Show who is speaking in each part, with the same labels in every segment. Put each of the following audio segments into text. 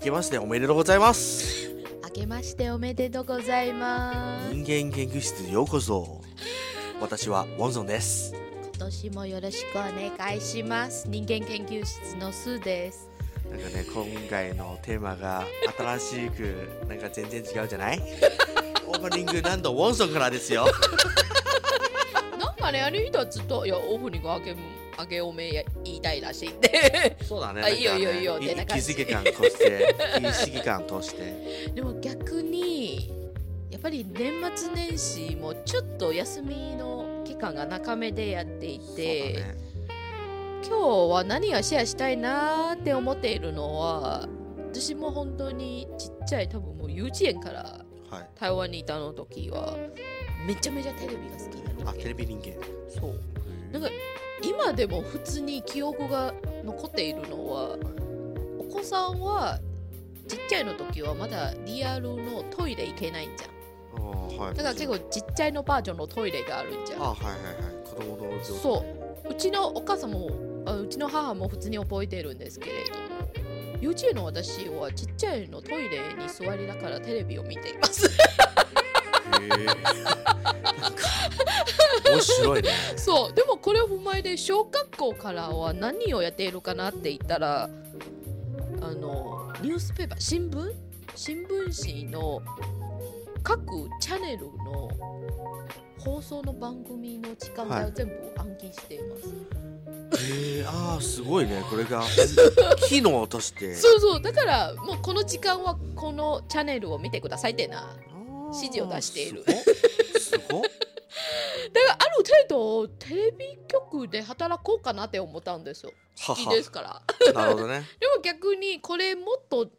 Speaker 1: けましておめでとうございます
Speaker 2: 明けましておめでとうございます
Speaker 1: 人間研究室へようこそ私はウォンゾンです
Speaker 2: 今年もよろしくお願いします人間研究室のスーです
Speaker 1: なんかね今回のテーマが新しく なんか全然違うじゃ ないオープニングなんとウォンソンからですよ
Speaker 2: なんかねあの人はずっといやオフにが明けも明けおめや言いたいらしいんで
Speaker 1: そうだね
Speaker 2: あいいよいいよいいよってな
Speaker 1: 意
Speaker 2: 感
Speaker 1: 識
Speaker 2: じ
Speaker 1: 感として意識感として
Speaker 2: でも逆にやっぱり年末年始もちょっと休みの期間が長めでやっていて、
Speaker 1: そうだね
Speaker 2: 今日は何がシェアしたいなーって思っているのは私も本当にちっちゃい多分もう幼稚園から
Speaker 1: はい
Speaker 2: 台湾にいたの時はめちゃめちゃテレビが好きな人間
Speaker 1: あテレビ人間
Speaker 2: そうなんか今でも普通に記憶が残っているのはお子さんはちっちゃいの時はまだリアルのトイレ行けないんじゃん
Speaker 1: あーはい
Speaker 2: だから結構ちっちゃいのバージョンのトイレがあるんじゃん
Speaker 1: あはいはいはい子供の状態
Speaker 2: そううちのお母さんもあうちの母も普通に覚えてるんですけれども幼稚園の私はちっちゃいのトイレに座りながらテレビを見ています
Speaker 1: へーなんか面白いね
Speaker 2: そうでもこれを踏まえて小学校からは何をやっているかなって言ったらあのニュースペーパー新聞新聞紙の各チャンネルの放送の番組の時間帯
Speaker 1: は
Speaker 2: を
Speaker 1: い
Speaker 2: 全部暗記しています、
Speaker 1: へえあーすごいねこれ が機能として
Speaker 2: そうそうだからもうこの時間はこのチャンネルを見てくださいってな
Speaker 1: あー
Speaker 2: 指示を出している
Speaker 1: すごっ
Speaker 2: だからある程度テレビ局で働こうかなって思ったんですよ
Speaker 1: すごっ
Speaker 2: いいですから
Speaker 1: ははなるほど ね
Speaker 2: でも逆にこれもっと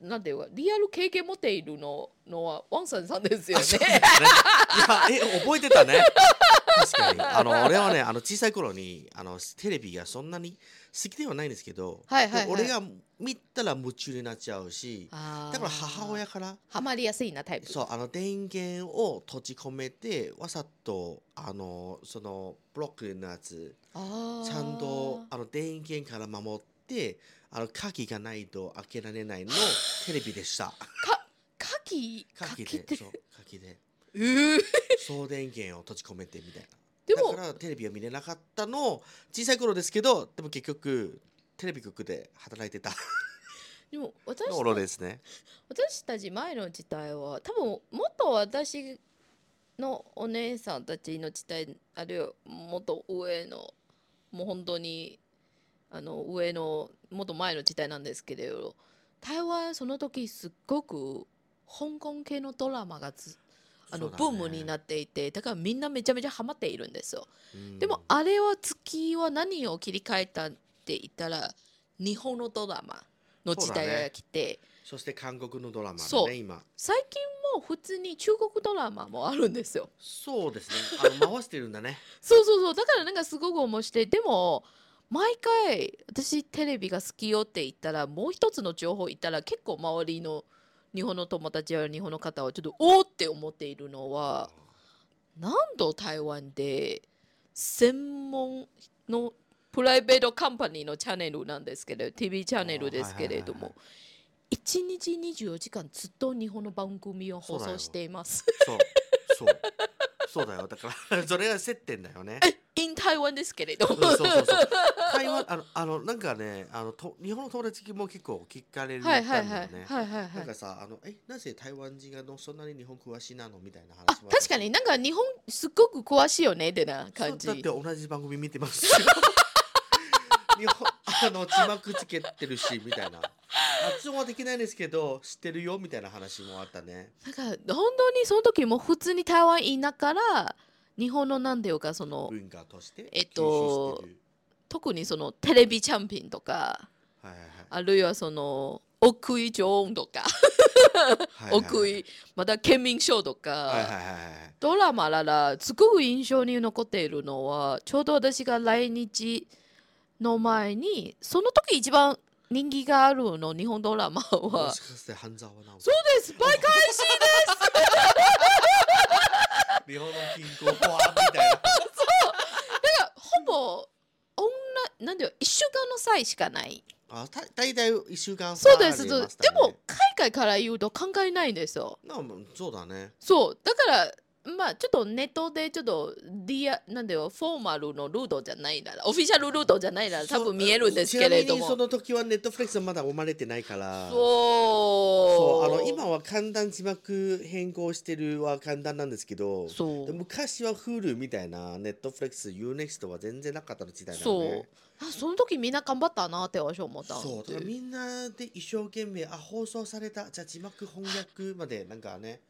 Speaker 2: なんていうかリアル経験持っているののはワンさんさんですよね
Speaker 1: そうだねいやえ覚えてたね確か にあの俺はねあの小さい頃にあのテレビがそんなに好きではないんですけど、
Speaker 2: はいはいはい
Speaker 1: 俺が見たら夢中になっちゃうし
Speaker 2: あー
Speaker 1: だから母親から
Speaker 2: ハマりやすいなタイプ
Speaker 1: そうあの電源を閉じ込めてわざとあのそのブロックのやつ
Speaker 2: あー
Speaker 1: ちゃんとあの電源から守ってあの鍵がないと開けられないのをテレビでした
Speaker 2: カキカ
Speaker 1: 鍵
Speaker 2: キ
Speaker 1: で
Speaker 2: って
Speaker 1: そう鍵で
Speaker 2: えー
Speaker 1: 送電源を閉じ込めてみたいな
Speaker 2: で
Speaker 1: だ
Speaker 2: も
Speaker 1: からテレビは見れなかったのを小さい頃ですけどでも結局テレビ局で働いてた
Speaker 2: でも私
Speaker 1: の俺ですね
Speaker 2: 私たち前の時代は多分もっと私のお姉さんたちの時代あるいはもっと上のもう本当にあの上のもっと前の時代なんですけれど台湾その時すっごく香港系のドラマがつあの、
Speaker 1: そうだ
Speaker 2: ブ
Speaker 1: ね
Speaker 2: ームになっていてだからみんなめちゃめちゃハマっているんですよ、
Speaker 1: うん
Speaker 2: でもあれは月は何を切り替えたって言ったら日本のドラマの時代が来て、
Speaker 1: そして韓国のドラマだ
Speaker 2: そう
Speaker 1: ね今
Speaker 2: 最近もう普通に中国ドラマもあるんですよ
Speaker 1: そうですねあの回してるんだ ね
Speaker 2: そうそうそうだからなんかすごく面白いでも毎回私テレビが好きよって言ったらもう一つの情報言ったら結構周りの日本の友達や日本の方はちょっとおーって思っているのはなんと台湾で専門のプライベートカンパニーのチャンネルなんですけど TV チャンネルですけれど
Speaker 1: はいはいはい
Speaker 2: も1日24時間ずっと日本の番組を放送しています
Speaker 1: そうそうそうだよだからそれが接点だよね
Speaker 2: in 台湾ですけれど
Speaker 1: そう
Speaker 2: も
Speaker 1: そう そうそう台湾あのあのなんかねあのと日本の友達も結構聞かれるよう
Speaker 2: はい
Speaker 1: にな
Speaker 2: は
Speaker 1: っ
Speaker 2: い
Speaker 1: たんだ
Speaker 2: はい
Speaker 1: よね
Speaker 2: はいはい
Speaker 1: なん
Speaker 2: は
Speaker 1: か
Speaker 2: い
Speaker 1: さあのえなぜ台湾人がのそんなに日本詳しいなのみたいな
Speaker 2: あ
Speaker 1: 話もあったし
Speaker 2: 確かになんか日本すっごく詳しいよねってな感じ
Speaker 1: そうだって同じ番組見て ますよ日本あの字幕つけてるしみたいな発音はできないですけど知ってるよみたいな話もあったね
Speaker 2: なんか本当にその時も普通に台湾いながら日本のなんていうかその
Speaker 1: 文化として
Speaker 2: えっと
Speaker 1: 吸収してる
Speaker 2: 特にそのテレビチャンピオンとか
Speaker 1: はいはい
Speaker 2: あるいはその奥井女王とか
Speaker 1: はいはい
Speaker 2: 奥井また県民賞とか、
Speaker 1: はいはいはいはい
Speaker 2: ドラマならすごく印象に残っているのはちょうど私が来日の前にその時一番人気があるの日本ドラマ
Speaker 1: も
Speaker 2: は
Speaker 1: しかして半沢直樹
Speaker 2: そうです倍返し
Speaker 1: 日本の銀行はみたいな
Speaker 2: ほぼ女なんていうの一週間のサ回しかない
Speaker 1: あた大体一週間
Speaker 2: そう
Speaker 1: 差あ
Speaker 2: で
Speaker 1: り
Speaker 2: すそうで
Speaker 1: ますす
Speaker 2: で
Speaker 1: から
Speaker 2: も
Speaker 1: ね
Speaker 2: 海外から言うと考えないんですよ
Speaker 1: なうんそうだね
Speaker 2: そうだからまあちょっとネットでちょっとリアなんだよフォーマルのルートじゃないならオフィシャルルートじゃないなら多分見えるんですけれ
Speaker 1: ちな
Speaker 2: ども
Speaker 1: みにその時はネットフレックスはまだ生まれてないからそう
Speaker 2: そう
Speaker 1: あの今は簡単字幕変更してるは簡単なんですけど
Speaker 2: そう
Speaker 1: で昔は Hulu みたいなネットフレックス UNEXT は全然なかったの時代なの
Speaker 2: そう
Speaker 1: ね
Speaker 2: あその時みんな頑張ったなって私は思ったんで
Speaker 1: そうだからみんなで一生懸命あ放送されたじゃあ字幕翻訳までなんかね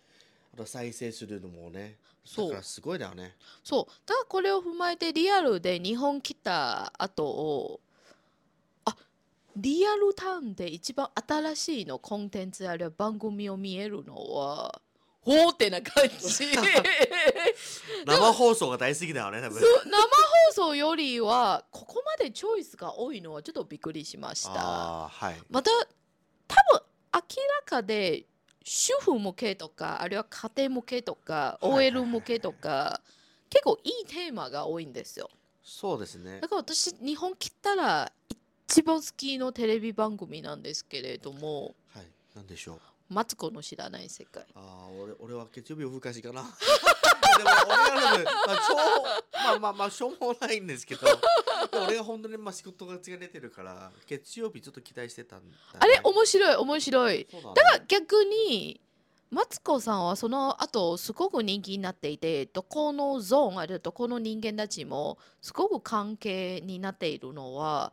Speaker 1: あの再生するのもね
Speaker 2: そ
Speaker 1: だ
Speaker 2: う
Speaker 1: からすごいだよね
Speaker 2: そうだからこれを踏まえてリアルで日本来た後をあリアルタウンで一番新しいのコンテンツあるいは番組を見えるのはほーってな感 じ
Speaker 1: 生放送が大好きだよね多分
Speaker 2: そう生放送よりはここまでチョイスが多いのはちょっとびっくりしました
Speaker 1: あーはい
Speaker 2: また多分明らかで主婦向けとかあるいは家庭向けとか
Speaker 1: はいはいはい
Speaker 2: OL 向けとか結構いいテーマが多いんですよ
Speaker 1: そうですね
Speaker 2: だから私日本来たら一番好きのテレビ番組なんですけれども
Speaker 1: はいなんでしょう
Speaker 2: 「マツコの知らない世界
Speaker 1: ああ、俺、俺は月曜日おふかしかな。 でも、俺はね、まあ、しょう、まあ、まあ、まあ、しょうもないんですけど。でも俺が本当に、まあ、仕事が違出てるから、月曜日ちょっと期待してたんだ、ね」。
Speaker 2: あれ面白い面白い
Speaker 1: そうだ,、ね、
Speaker 2: だから逆にマツコさんはその後すごく人気になっていてどこのゾーンあるいはどこの人間たちもすごく関係になっているのは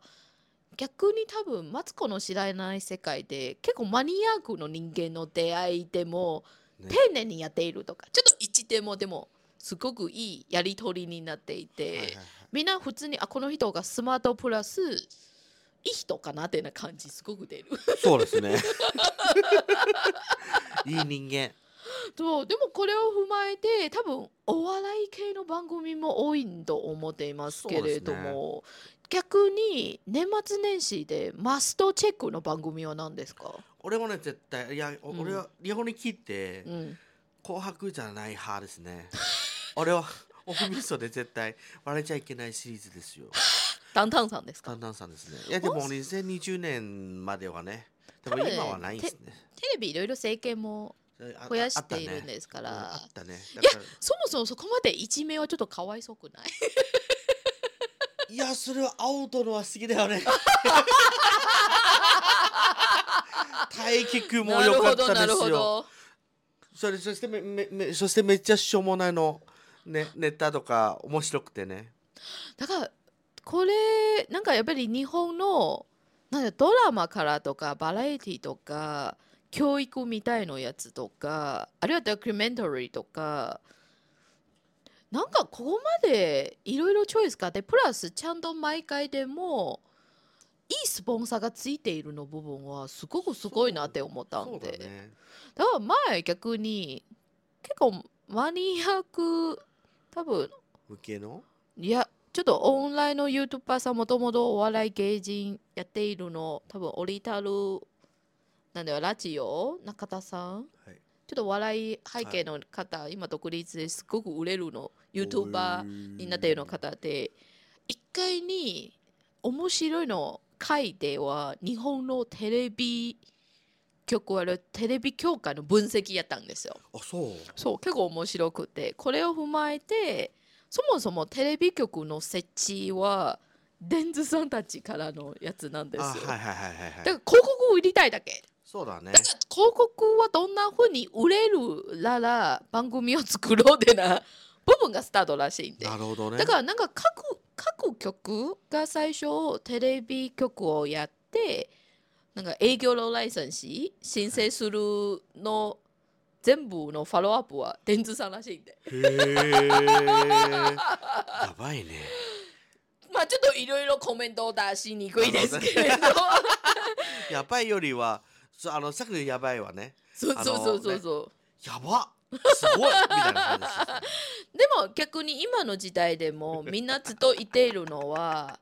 Speaker 2: 逆に多分マツコの知らない世界で結構マニアックの人間の出会いでも
Speaker 1: ね
Speaker 2: 丁寧にやっているとか、ちょっと一でもでもすごくいいやり取りになってい
Speaker 1: は
Speaker 2: て、
Speaker 1: いはいはい
Speaker 2: みんな普通にあこの人がスマートプラスいい人かなってな感じすごく出る。
Speaker 1: そうですね。 いい人間。
Speaker 2: そうでもこれを踏まえて多分お笑い系の番組も多いと思っていますけれども、逆に年末年始でマストチェックの番組は何ですか、
Speaker 1: 俺もね、絶対、いや、お
Speaker 2: うん
Speaker 1: 俺は日本に来て、
Speaker 2: うん、
Speaker 1: 紅白じゃない派ですね。俺は、おふみそで絶対、笑れちゃいけないシリーズですよ。
Speaker 2: ダウンタウンさんですか
Speaker 1: 簡単さんですね。いやでも
Speaker 2: もし
Speaker 1: 2020年まではね、でも
Speaker 2: 多分
Speaker 1: 今はないですね。
Speaker 2: テレビいろいろ政権も
Speaker 1: あ
Speaker 2: 肥やしているんですか
Speaker 1: あ
Speaker 2: ら、
Speaker 1: ったね。うんあったね。
Speaker 2: いや
Speaker 1: だか
Speaker 2: そもそもそこまで一面はちょっとかわいそうくな
Speaker 1: ら
Speaker 2: い
Speaker 1: いやそれは青とのは好きだよね。大輝くんも
Speaker 2: なる
Speaker 1: 良か
Speaker 2: ほ
Speaker 1: っ
Speaker 2: ど
Speaker 1: た
Speaker 2: な
Speaker 1: で
Speaker 2: るほ
Speaker 1: すよ。
Speaker 2: ど
Speaker 1: それそしてめめめそしてめっちゃしょうもないのねネタとか面白くてね。
Speaker 2: だからこれなんかやっぱり日本のなんだドラマからとかバラエティとか教育みたいのやつとかあるいはドキュメンタリーとかなんかここまでいろいろチョイスがあってプラスちゃんと毎回でもいいスポンサーがついているの部分はすごくすごいなって思った
Speaker 1: そ
Speaker 2: ん
Speaker 1: うだ
Speaker 2: で。
Speaker 1: ね。
Speaker 2: だから前逆に結構マニアック多分
Speaker 1: 向けの。
Speaker 2: いや、ちょっとオンラインの YouTuber さんもともとお笑い芸人やっているの、多分オリタル、なんだよ、ラジオ、中田さん。
Speaker 1: はい。
Speaker 2: ちょっと笑い背景の方、今独立ですごく売れるの、YouTuber になっているの方で、一回に面白いの回では、日本のテレビ局あるテレビ協会の分析やったんですよ。
Speaker 1: あそう。
Speaker 2: そう結構面白くてこれを踏まえてそもそもテレビ局の設置はデンズさんたちからのやつなんです
Speaker 1: あ
Speaker 2: よ、
Speaker 1: はいはいはいはい
Speaker 2: だか
Speaker 1: はい。
Speaker 2: ら広告を売りたいだけ
Speaker 1: そうだね
Speaker 2: だ。から広告はどんな風に売れるなら番組を作ろうでな部分がスタートらしいんで
Speaker 1: なるほどね。
Speaker 2: だからなんか各各局が最初テレビ局をやってなんか営業のライセンス申請するの全部のフォローアップは電通さんらしいんで
Speaker 1: へえ。やばいね。
Speaker 2: まあちょっといろいろコメントを出しにくいですけ れど
Speaker 1: やばいよりは、そあのさっきのやばいはね。
Speaker 2: そうそうそうそう
Speaker 1: あ
Speaker 2: そう、
Speaker 1: やば。すごいみたいな感じですね。
Speaker 2: でも逆に今の時代でもみんなずっと言っているのは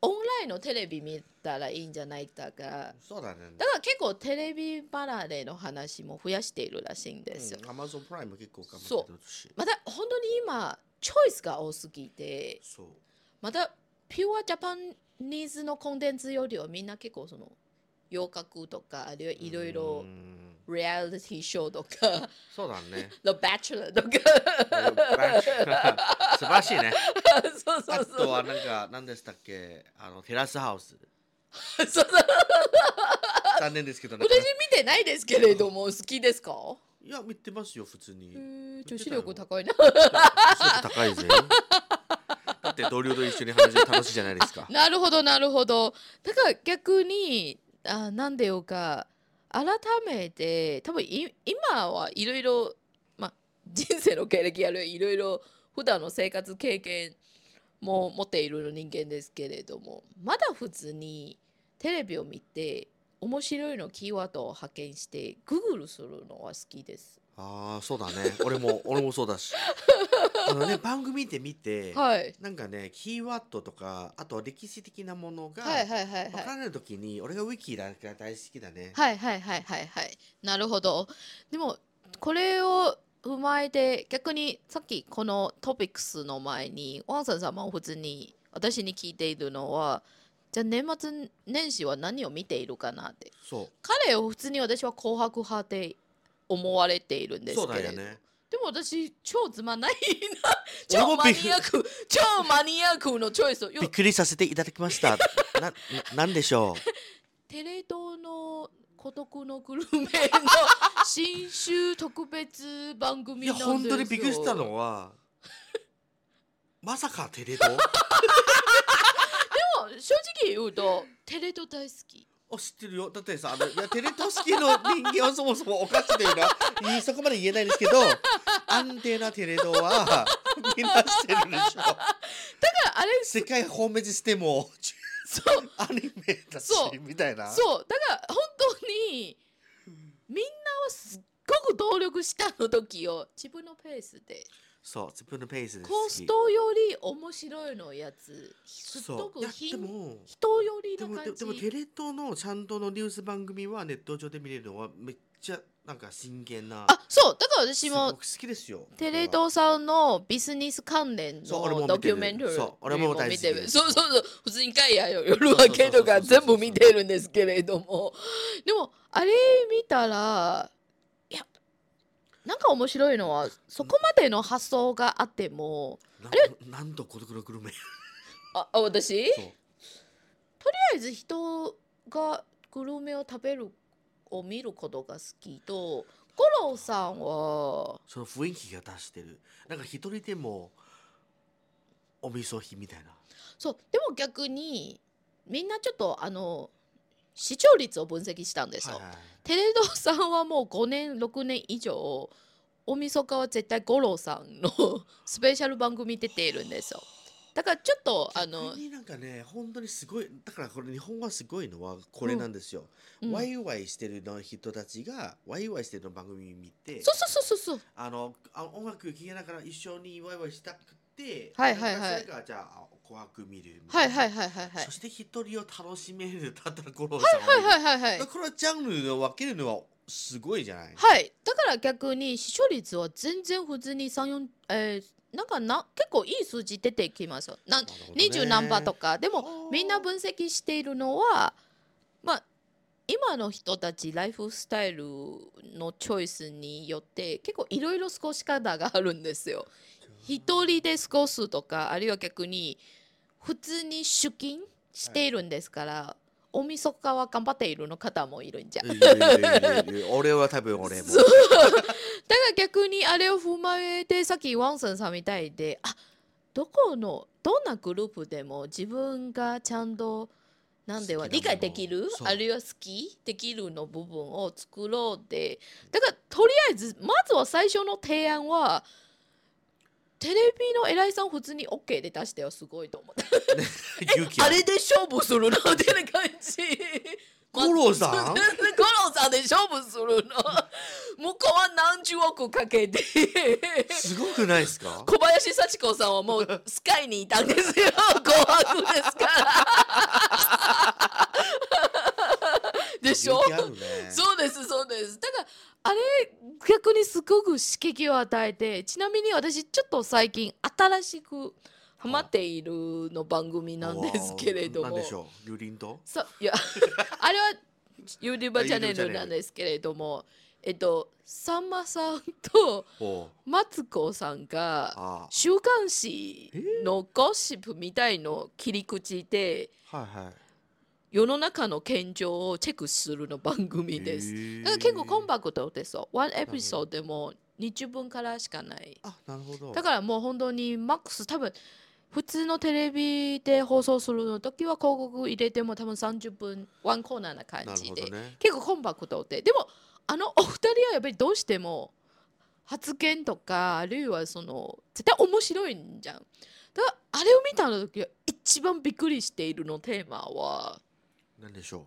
Speaker 2: オンラインのテレビ見たらいいんじゃないだか
Speaker 1: そうだね。
Speaker 2: だから結構テレビ離れの話も増やしているらしいんですよ、
Speaker 1: アマゾンプライム結構頑張ってるし。
Speaker 2: また本当に今チョイスが多すぎて
Speaker 1: そう。
Speaker 2: またピュアジャパンニーズのコンテンツよりはみんな結構その洋楽とかあるいはいろいうろ
Speaker 1: ん
Speaker 2: リアリティショーとか
Speaker 1: そうだね
Speaker 2: The Bachelor とか
Speaker 1: 素晴らしいね
Speaker 2: そう そ
Speaker 1: あ
Speaker 2: うそう
Speaker 1: とはなんか何でしたっけあのテラスハウス
Speaker 2: そう そう
Speaker 1: 残念ですけどなん
Speaker 2: 私
Speaker 1: か
Speaker 2: 見てないですけれども好きですか
Speaker 1: いや見てますよ普通に
Speaker 2: へー女子力高いな
Speaker 1: 高いぜだって同僚と一緒に話して楽しいじゃないですか
Speaker 2: なるほどなるほどだから逆にあなんでよか改めて多分い今はいろいろま人生の経歴やるいろいろ普段の生活経験も持っている人間ですけれどもまだ普通にテレビを見て面白いのキーワードを発見してググルするのは好きです。
Speaker 1: ああそうだね俺も俺もそうだしあのね番組で見て、
Speaker 2: はい、
Speaker 1: なんかねキーワードとかあとは歴史的なものが
Speaker 2: はいはいはいはい
Speaker 1: 分からない時に、俺がウィキだから大好きだね、
Speaker 2: はいはいはいはいはいなるほどでもこれを踏まえて逆にさっきこのトピックスの前にワンさん様は普通に私に聞いているのはじゃあ年末年始は何を見ているかなって
Speaker 1: そ
Speaker 2: 彼を普通に私は紅白派で思われているん
Speaker 1: う
Speaker 2: で
Speaker 1: そ
Speaker 2: す
Speaker 1: う
Speaker 2: け
Speaker 1: だよ
Speaker 2: れど、
Speaker 1: ね
Speaker 2: でも私超つまんないな
Speaker 1: 俺
Speaker 2: 超
Speaker 1: も
Speaker 2: マ
Speaker 1: びっ
Speaker 2: ニアック超マニアックのチョイスを
Speaker 1: びっくりさせていただきましたなななんでしょ
Speaker 2: テレ東の孤独のグルメの新州特別番
Speaker 1: う
Speaker 2: 組
Speaker 1: いや
Speaker 2: なんですよ
Speaker 1: 本当にびっくりしたのはまさかテレ東
Speaker 2: でも正直言うとテレ東大好き
Speaker 1: あ知ってるよだってさあのいやテレ東式の人間はそもそもおかしいというのはいいそこまで言えないですけど安定なテレ東はみんな知ってるでしょ
Speaker 2: だからあれ
Speaker 1: 世界放滅しても
Speaker 2: そう
Speaker 1: アニメだし
Speaker 2: そう
Speaker 1: みたいな
Speaker 2: そうだから本当にみんなはすっごく努力したの時を自分のペースで
Speaker 1: そう自分のペースで
Speaker 2: コストより面白いのやつすっご
Speaker 1: そうい
Speaker 2: く
Speaker 1: や
Speaker 2: ひ
Speaker 1: で
Speaker 2: ん
Speaker 1: も
Speaker 2: 人より
Speaker 1: で
Speaker 2: の
Speaker 1: も
Speaker 2: 感
Speaker 1: で
Speaker 2: じ
Speaker 1: もでもテレ東のちゃんとのニュース番組はネット上で見れるのはめっちゃなんか真剣な
Speaker 2: あそうだから私
Speaker 1: すご
Speaker 2: も
Speaker 1: く好きですよ
Speaker 2: テレ東さんのビジネス関連
Speaker 1: そう俺も見
Speaker 2: の
Speaker 1: てる
Speaker 2: ドキュメンタリー
Speaker 1: そう俺も大好き
Speaker 2: 見てる
Speaker 1: です
Speaker 2: そうそうそう普通に海外の夜明けとか
Speaker 1: そうそうそうそうそう
Speaker 2: 全部見てるんですけれどもでもあれ見たらいやなんか面白いのはそこまでの発想があっても
Speaker 1: あれなんと孤独のグルメ
Speaker 2: ああ私とり
Speaker 1: そう
Speaker 2: あえず人がグルメを食べるを見ることが好きと五郎さんは
Speaker 1: その雰囲気が出してるなんか一人でもお味噌汁みたいな
Speaker 2: そうでも逆にみんなちょっとあの視聴率を分析したんですよ、
Speaker 1: はいはいはい
Speaker 2: テレ東さんはもう5年6年以上大晦日は絶対五郎さんの スペシャル番組出ているんですよだからちょっとあの
Speaker 1: 逆、になんかね本当にすごいだからこれ日本はすごいのはこれなんですよ、
Speaker 2: うん
Speaker 1: ワイワイしてるの人たちがワイワイしてるの番組見て
Speaker 2: そうそうそうそうそう
Speaker 1: あのあ音楽聴きながら一緒にワイワイしたくて
Speaker 2: はいはいはい
Speaker 1: それがじゃあ紅白見るみた
Speaker 2: はいい
Speaker 1: な
Speaker 2: はいはいはいはい
Speaker 1: そして一人を楽しめるだったら五郎さんを見る
Speaker 2: はいはいはいはい
Speaker 1: だからこれジャンルを分けるのはすごいじゃない、
Speaker 2: はいだから逆に視聴率は全然普通に34えー、なんかな結構いい数字出てきますよなん
Speaker 1: なるほどね
Speaker 2: 20何パーとかで
Speaker 1: あ
Speaker 2: も
Speaker 1: ー
Speaker 2: みんな分析しているのはまあ今の人たちライフスタイルのチョイスによって結構いろいろ過ごし方があるんですよ。一人で過ごすとかあるいは逆に普通に出勤しているんですから、おみそかは頑張っているの方もいるんじゃん。
Speaker 1: いやいやいやいやいや俺は多分俺も
Speaker 2: そうだから逆にあれを踏まえてさっきワンさんさんみたいであどこのどんなグループでも自分がちゃんとなんでは
Speaker 1: 好きなもの
Speaker 2: 理解できる
Speaker 1: そう
Speaker 2: あるいは好きできるの部分を作ろうでだからとりあえずまずは最初の提案はテレビの偉いさん普通に OK で出してはすごいと思った
Speaker 1: 勇気
Speaker 2: あ
Speaker 1: あ
Speaker 2: れで勝負するのみたいな感じ。
Speaker 1: 五郎さん
Speaker 2: ま 五郎さんで勝負す るの。向こうは何十億かけて。
Speaker 1: すごくないですか
Speaker 2: 小林幸子さんはもうスカイにいたんです よ。紅白ですから。でしょ
Speaker 1: 勇気あるね
Speaker 2: そうですそうですだからあれ逆にすごく刺激を与えてちなみに私ちょっと最近新しくハマっているの番組なんですけれど
Speaker 1: なん
Speaker 2: も
Speaker 1: でしょう。リンと。
Speaker 2: さいや あれは YouTube チャンネルなんですけれどもえっとさんまさんと
Speaker 1: おう
Speaker 2: マツコさんが
Speaker 1: あ
Speaker 2: 週刊誌のゴシップみたいの切り口で
Speaker 1: あ。はいはい。
Speaker 2: 世の中の現状をチェックするの番組です。
Speaker 1: へえ
Speaker 2: だから結構コンパクトですよ。ワンエピソードでも20分からしかない。
Speaker 1: あ、なるほど。
Speaker 2: だからもう本当にマックス多分普通のテレビで放送するの時は広告入れても多分30分ワンコーナーな感
Speaker 1: なる
Speaker 2: じ
Speaker 1: ほ
Speaker 2: で、
Speaker 1: どね。
Speaker 2: 結構コンパクトででもあのお二人はやっぱりどうしても発言とかあるいはその絶対面白いんじゃんだからあれを見た時は一番びっくりしているのテーマは
Speaker 1: なんでし ょ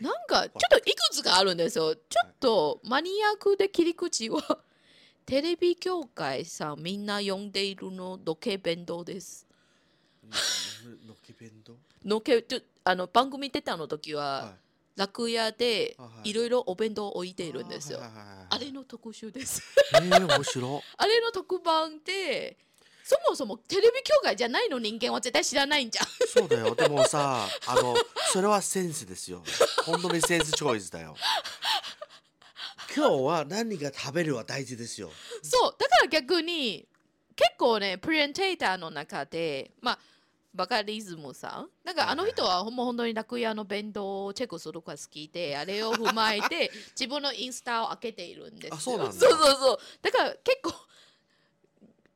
Speaker 2: なんかちょっといくつかあるんですよ。ちょっとマニアックで切り口は テレビ業界さんみんな呼んでいるのドケ弁当です。
Speaker 1: う。のけ弁当。
Speaker 2: のけちょあの番組出たの時は
Speaker 1: は
Speaker 2: 楽屋で
Speaker 1: あはい
Speaker 2: いろいろお弁当を置いているんですよ
Speaker 1: あ。ーはいはいはい
Speaker 2: あれの特集です。
Speaker 1: へえ面白
Speaker 2: あれの特番でそもそもテレビ業界じゃないの人間は絶対知らないんじゃん。
Speaker 1: そうだよでもさあのそれはセンスですよ本当にセンスチョイスだよ今日は何が食べるは大事ですよ
Speaker 2: そうだから逆に結構ねプレゼンテーターの中でまあバカリズムさんなんかあの人はほんま本当に楽屋の弁当をチェックするのが好きであれを踏まえ て自分のインスタを開けているんですよ
Speaker 1: あそうなんだ
Speaker 2: そうそうそうだから結構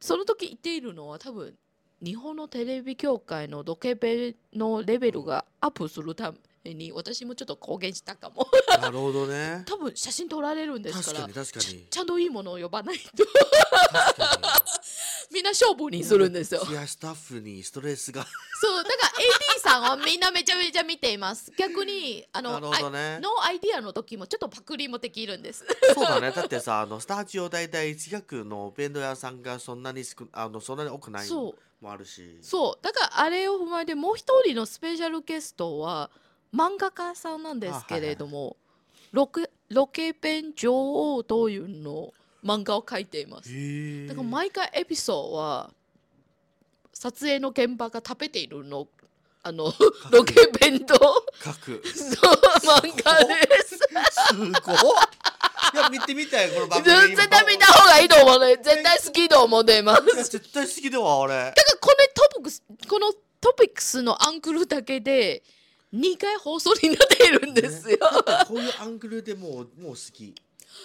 Speaker 2: その時言っているのは多分日本のテレビ協会のドケベのレベルがアップするために私もちょっと貢献したかも
Speaker 1: なるほどね
Speaker 2: 多分写真撮られるんです
Speaker 1: 確
Speaker 2: か
Speaker 1: からに確か
Speaker 2: ち
Speaker 1: に
Speaker 2: ちゃんといいものを呼ばないと
Speaker 1: 確か
Speaker 2: みんな勝 負にするんですよ。
Speaker 1: にいやスタッフにストレスが
Speaker 2: そうだから AD さんはみんなめちゃめちゃ見ています。逆にあの
Speaker 1: なるほど
Speaker 2: あ
Speaker 1: ね
Speaker 2: ノーアイディアの時もちょっとパクリもできるんです。
Speaker 1: そうだねだってさあのスタジオ大体近くのお弁当屋さんがそんなに少あのそんなに多くない
Speaker 2: そ
Speaker 1: の
Speaker 2: う
Speaker 1: もあるし
Speaker 2: そうだからあれを踏まえてもう一人のスペシャルゲストは漫画家さんなんですけれども、ロケロケ弁女王というの漫画を描いています。
Speaker 1: へえ
Speaker 2: だから毎回エピソードは撮影の現場が食べているのあのロケ弁当
Speaker 1: 各
Speaker 2: そう漫画です。
Speaker 1: すごい。いや、見てみたい、この番組。
Speaker 2: 絶対見た方がいいと思うね絶対好きと思ってます
Speaker 1: いや絶対好きだわ、俺。
Speaker 2: だからこのトピックスこのトピックスのアンクルだけで2回放送になっているんですよ、
Speaker 1: こういうアングルでもう、もう好き。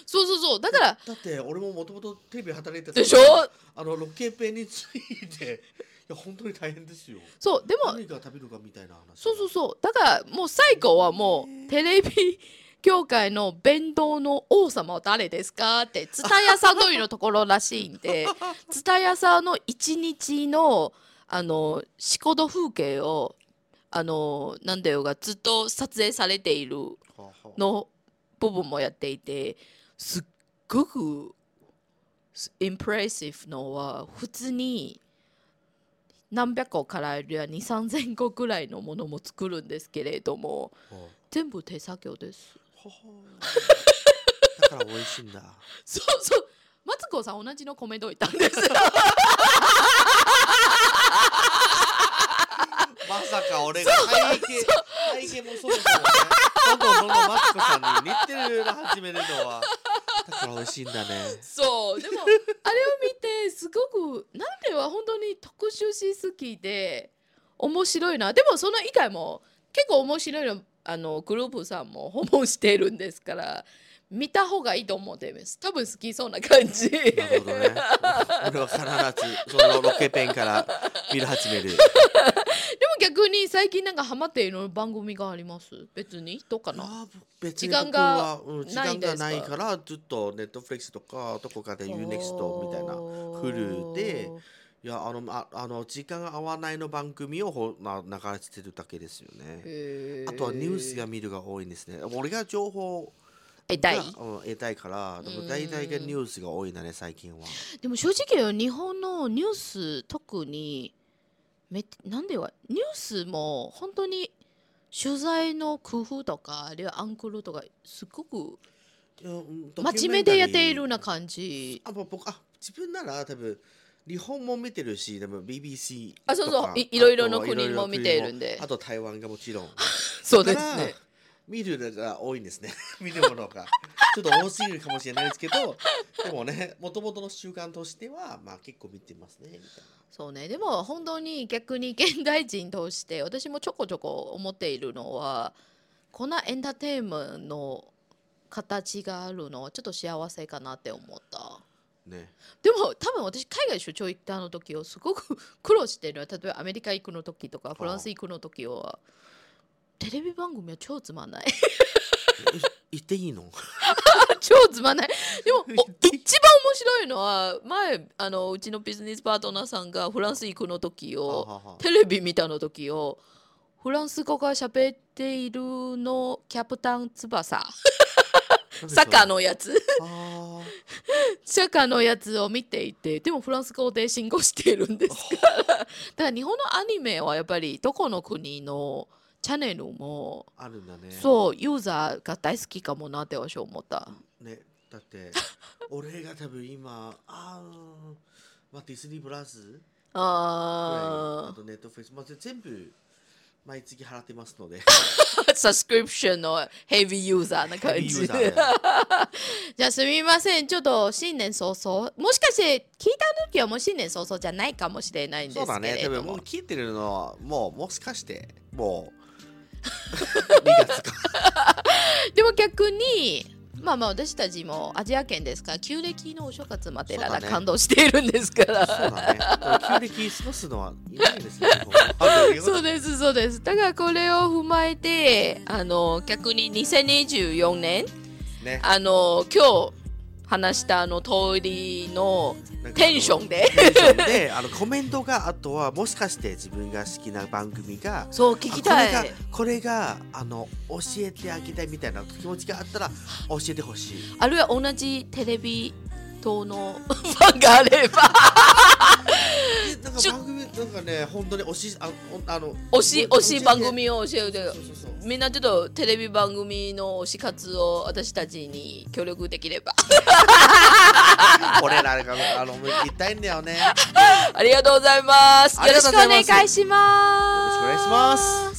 Speaker 2: そうそうそうだから
Speaker 1: だって、俺ももともとテレビ働いてた。
Speaker 2: でしょ
Speaker 1: あの、ロケペンについて。 いや、本当に大変ですよ。
Speaker 2: そうでも
Speaker 1: 何が食べるかみたいな話。
Speaker 2: そうそうそうだからもう最後はもうテレビ業界の弁当の王様は誰ですかって蔦屋さんのりのところらしいんで蔦屋さんの一日のあの仕事風景をあのなんだよがずっと撮影されている
Speaker 1: う。はあはあ
Speaker 2: の部分もやっていてすっごくインプレッシブのは普通に何百個からいや2 3千個くらいのものも作るんですけれども
Speaker 1: は
Speaker 2: 全部手作業です
Speaker 1: あ はあだから、美味しいんだ。
Speaker 2: そうそうマツコさん同じのコメントいたんですよ
Speaker 1: まさか俺が体型体型もそうですよね。どんどんどんどんマツコさんに似てるな始めるのは。だから美味しいんだね。
Speaker 2: そう でもあれを見てすごくなんでは本当に特集しすぎで面白いなでもその以外も結構面白いのあのグループさんも訪問してるんですから見た方がいいと思ってます多分好きそうな感じ
Speaker 1: なるほどね。俺は必ずそのロケペンから見る始める。
Speaker 2: でも逆に最近なんかハマっている番組があります別にどうかな
Speaker 1: あ別
Speaker 2: 時
Speaker 1: に
Speaker 2: 間
Speaker 1: 僕
Speaker 2: が
Speaker 1: はうん時
Speaker 2: ない
Speaker 1: 間
Speaker 2: ですか
Speaker 1: がないからずっとネットフリックスとかどこかでユーネクストみたいな。Hulu でいやあのああの時間が合わないの番組をほな流してるだけですよね。あとはニュースが見るが多いんですね。俺が情報
Speaker 2: 得たい
Speaker 1: がうん、得たいから、でも大体がニュースが多いんだね、最近は。
Speaker 2: でも正直よ日本のニュース特にめなんではニュースも本当に取材の工夫とかあるいはアンクルとかすごく
Speaker 1: うん
Speaker 2: 真面目でやっているような
Speaker 1: じ。
Speaker 2: 感じ
Speaker 1: あ、もう僕、あ、自分なら多分、日本も見てるし、でも BBC とか
Speaker 2: あそうそういいろいろの
Speaker 1: あと
Speaker 2: 国も見ているんで
Speaker 1: あと台湾がもちろん。
Speaker 2: そうで
Speaker 1: だ
Speaker 2: す
Speaker 1: から
Speaker 2: ね。
Speaker 1: 見るのが多いんですね。 見るものが。ちょっと多すぎるかもしれないですけど、でもね、もともとの習慣としては、まあ結構見てますね、みたいな。
Speaker 2: そうねでも本当に逆に現代人として私もちょこちょこ思っているのはこんなエンターテインメントの形があるのはちょっと幸せかなって思った。
Speaker 1: ね。
Speaker 2: でも多分私海外出張行ったあの時をすごく 苦労してるのは例えばアメリカ行くの時とかフランス行くの時はテレビ番組は超つまんない
Speaker 1: い言っていいの
Speaker 2: 超つまんない でもお
Speaker 1: 言
Speaker 2: 一番
Speaker 1: っていい
Speaker 2: 面白いのは前あのうちのビジネスパートナーさんがフランス行くの時
Speaker 1: は
Speaker 2: を
Speaker 1: あはあはあ
Speaker 2: テレビ見たの時をフランス語が喋っているのキャプタン翼サッカー。のやつ
Speaker 1: あ
Speaker 2: サッカーのやつを見ていてでもフランス語で信号しているんですからだから日本のアニメはやっぱりどこの国のチャンネルも
Speaker 1: あ、あるんだね。
Speaker 2: そうユーザーが大好きかもなって私は思った
Speaker 1: ね、だって、俺が多分今、あーまあディズニープラスぐらいのあ
Speaker 2: あ
Speaker 1: とネットフェイス、まあ全部、毎月払ってます ので。
Speaker 2: ーサスクリプションのヘビーユーザーな感
Speaker 1: ヘビーユー
Speaker 2: じ
Speaker 1: ザーで
Speaker 2: じゃあすみませんちょっと新年早々もしかして聞いた時はもう新年早々じゃないかもしれないんで
Speaker 1: そうだ
Speaker 2: すけ
Speaker 1: ね、
Speaker 2: れ
Speaker 1: 多
Speaker 2: ど
Speaker 1: 分もう
Speaker 2: も、
Speaker 1: 聞いてるのは、もうもしかして、もう2月 か。
Speaker 2: でも逆にまあまあ私たちもアジア圏ですから旧暦のお正月までな
Speaker 1: そう
Speaker 2: ら
Speaker 1: だね
Speaker 2: 感動しているんですか
Speaker 1: そ
Speaker 2: ら
Speaker 1: うだね。でも旧暦過ごすのはいないですね。もうあというこ
Speaker 2: そ
Speaker 1: と
Speaker 2: うですそうですだからこれを踏まえてあの逆に2024年
Speaker 1: ね。
Speaker 2: あの今日話したあの通りの
Speaker 1: なんか
Speaker 2: テンションで
Speaker 1: テンションで、あのコメントがあとはもしかして自分が好きな番組が。
Speaker 2: そう聞きた
Speaker 1: あこれ
Speaker 2: い
Speaker 1: がこれがあの教えてあげたいみたいな気持ちがあったら教えてほしい。
Speaker 2: あるいは同じテレビ党の ファンがあれば
Speaker 1: でなんか番組なんかね本当に推しあほんあの
Speaker 2: 推し推し番
Speaker 1: 教
Speaker 2: 組を教え
Speaker 1: えて
Speaker 2: て
Speaker 1: そうそうそう
Speaker 2: みんなちょっとテレビ番組の推し活を私たちに協力できれば
Speaker 1: 俺らがあの言いたいんだよね。
Speaker 2: ありがとうございます
Speaker 1: あ
Speaker 2: よ
Speaker 1: りが
Speaker 2: ろし
Speaker 1: と
Speaker 2: く
Speaker 1: うご
Speaker 2: お
Speaker 1: ざいます
Speaker 2: 願いします
Speaker 1: よろしくお願いします